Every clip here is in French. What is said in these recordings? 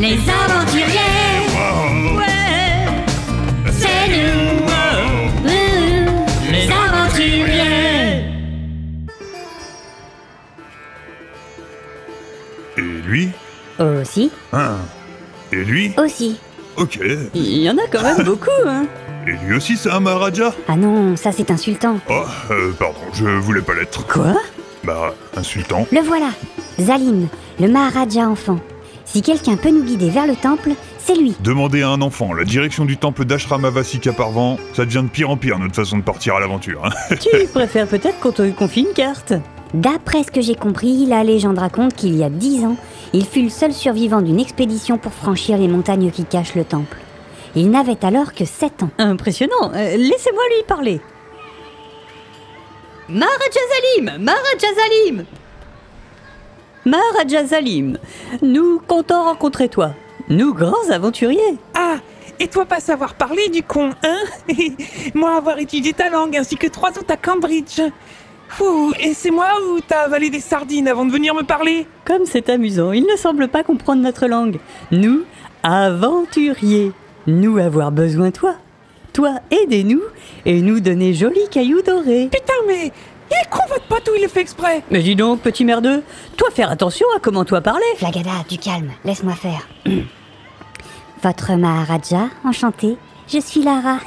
Les aventuriers, ouais, c'est nous, Ouh, les aventuriers. Et lui Aussi, Hein Et lui aussi. Ok. Et Il y en a quand même beaucoup, hein lui aussi, c'est un Maharaja Ah non, ça c'est insultant. Oh, euh, pardon, je voulais pas l'être. Quoi Bah, insultant. Le voilà, Zalim, le Maharaja enfant. Si quelqu'un peut nous guider vers le temple, c'est lui. Demander à un enfant la direction du temple d'Ashramavasika Parvan, ça devient de pire en pire notre façon de partir à l'aventure. hein. Tu préfères peut-être qu'on te confie une carte D'après ce que j'ai compris, la légende raconte qu'il y a dix ans, il fut le seul survivant d'une expédition pour franchir les montagnes qui cachent le temple. Il n'avait alors que sept ans. Impressionnant Euh, Laissez-moi lui parler Maharaja Zalim Maharaja Zalim Maharaja Zalim, nous comptons rencontrer toi, nous grands aventuriers Ah, et toi pas savoir parler du con, hein Moi avoir étudié ta langue ainsi que trois autres à Cambridge. Fou, et c'est moi ou t'as avalé des sardines avant de venir me parler Comme c'est amusant, il ne semble pas comprendre notre langue. Nous, aventuriers, nous avoir besoin de toi. Toi, aidez-nous et nous donner jolis cailloux dorés. Putain, mais il est con votre pote ou il le fait exprès Mais dis donc, petit merdeux, toi faire attention à comment toi parler. Flagada, du calme, laisse-moi faire. Votre Maharaja, enchanté, je suis Lara.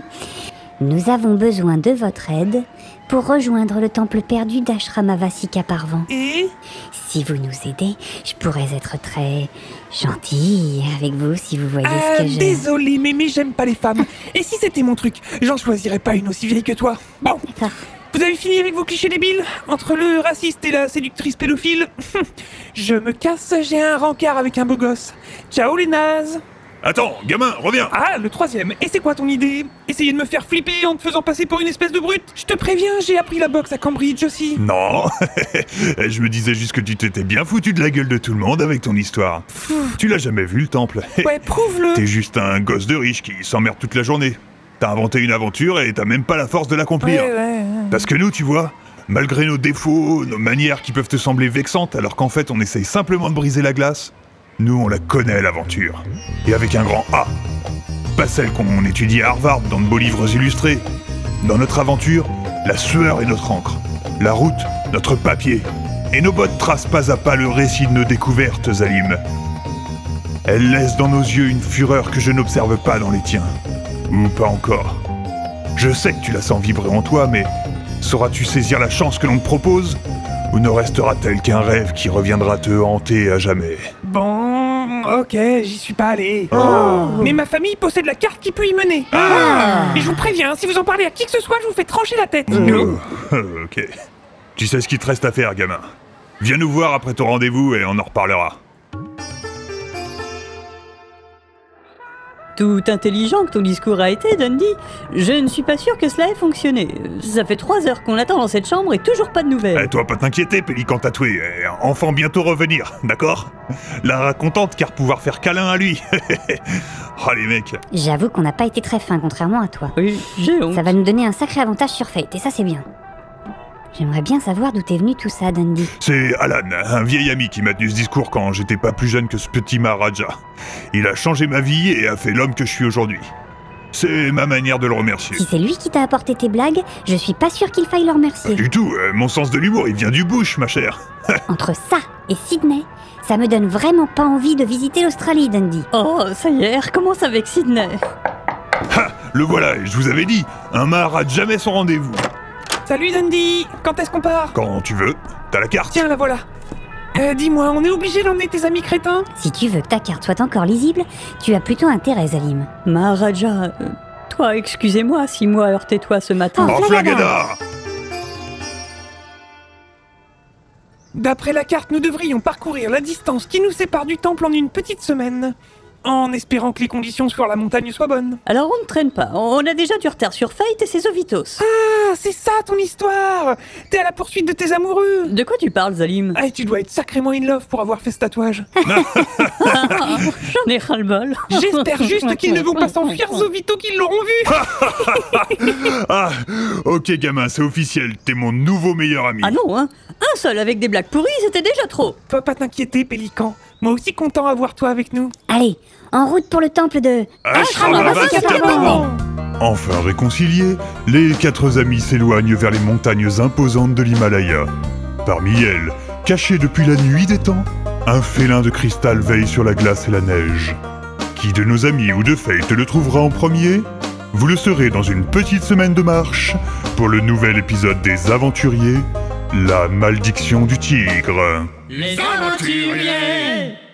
Nous avons besoin de votre aide pour rejoindre le temple perdu d'Ashramavasika Parvan. Et Si vous nous aidez, je pourrais être très gentille avec vous si vous voyez Ah, ce que je... désolé, mais, mais j'aime pas les femmes. et si c'était mon truc, j'en choisirais pas une aussi vieille que toi. Bon, D'accord. vous avez fini avec vos clichés débiles Entre le raciste et la séductrice pédophile Je me casse, j'ai un rencard avec un beau gosse. Ciao les nazes Attends, gamin, reviens Ah, le troisième. Et c'est quoi ton idée Essayer de me faire flipper en te faisant passer pour une espèce de brute Je te préviens, j'ai appris la boxe à Cambridge aussi. Non Je me disais juste que tu t'étais bien foutu de la gueule de tout le monde avec ton histoire. Tu l'as jamais vu, le temple Ouais, prouve-le. T'es juste un gosse de riche qui s'emmerde toute la journée. T'as inventé une aventure et t'as même pas la force de l'accomplir. Ouais, ouais. Parce que nous, tu vois, malgré nos défauts, nos manières qui peuvent te sembler vexantes alors qu'en fait on essaye simplement de briser la glace, nous on la connaît l'aventure. Et avec un grand A. Pas celle qu'on étudie à Harvard dans de beaux livres illustrés. Dans notre aventure, la sueur est notre encre, la route, notre papier. Et nos bottes tracent pas à pas le récit de nos découvertes, Zalim. Elles laissent dans nos yeux une fureur que je n'observe pas dans les tiens. Ou pas encore. Je sais que tu la sens vibrer en toi, mais sauras-tu saisir la chance que l'on te propose Ou ne restera-t-elle qu'un rêve qui reviendra te hanter à jamais Bon, ok, j'y suis pas allé. Mais ma famille possède la carte qui peut y mener. Et je vous préviens, si vous en parlez à qui que ce soit, je vous fais trancher la tête. Oh. Euh, Ok. Tu sais ce qu'il te reste à faire, gamin. Viens nous voir après ton rendez-vous et on en reparlera. Tout intelligent que ton discours a été, Dundee, je ne suis pas sûr que cela ait fonctionné. Ça fait trois heures qu'on attend dans cette chambre et toujours pas de Eh, nouvelles. toi, pas t'inquiéter, pélican tatoué. eh, Enfant bientôt revenir, d'accord Lara contente car pouvoir faire câlin à lui. oh les mecs, J'avoue qu'on n'a pas été très fin, contrairement à toi. Oui, j'ai honte. Ça va nous donner un sacré avantage sur Fate, et ça c'est bien. J'aimerais bien savoir d'où t'es venu tout ça, Dundee. C'est Alan, un vieil ami qui m'a tenu ce discours quand j'étais pas plus jeune que ce petit Maharaja. Il a changé ma vie et a fait l'homme que je suis aujourd'hui. C'est ma manière de le remercier. Si c'est lui qui t'a apporté tes blagues, je suis pas sûre qu'il faille le remercier. Du tout, euh, mon sens de l'humour, il vient du bush, ma chère. Entre ça et Sydney, ça me donne vraiment pas envie de visiter l'Australie, Dundee. Oh, ça y est, elle recommence avec Sydney. Le voilà, je vous avais dit, un Maharaja jamais son rendez-vous. Salut Dandy, quand est-ce qu'on part Quand tu veux, t'as la carte. Tiens, la voilà. Euh, Dis-moi, on est obligé d'emmener tes amis crétins Si tu veux que ta carte soit encore lisible, tu as plutôt intérêt, Zalim. Maharaja, euh, toi, excusez-moi si moi heurté toi ce matin. Oh, Flagada. Flagada D'après la carte, nous devrions parcourir la distance qui nous sépare du temple en une petite semaine. En espérant que les conditions sur la montagne soient bonnes. Alors on ne traîne pas, on a déjà du retard sur Fate et ses ovitos. Ah, c'est ça ton histoire T'es à la poursuite de tes amoureux De quoi tu parles, Zalim Ah, et tu dois être sacrément in love pour avoir fait ce tatouage. J'en ai ras-le-bol. J'espère juste qu'ils ne vont pas s'enfuir, Zovito, qu'ils l'auront vu Ah, ok gamin, c'est officiel, t'es mon nouveau meilleur ami. Ah non, hein Un seul avec des blagues pourries, c'était déjà trop. Faut pas t'inquiéter, Pélican. Moi aussi content à voir toi avec nous. Allez, en route pour le temple de... Ah, bah, Ashramavasakataman Enfin réconciliés, les quatre amis s'éloignent vers les montagnes imposantes de l'Himalaya. Parmi elles, caché depuis la nuit des temps, un félin de cristal veille sur la glace et la neige. Qui de nos amis ou de Fate le trouvera en premier Vous le saurez dans une petite semaine de marche pour le nouvel épisode des Aventuriers, la maldiction du tigre. Les aventuriers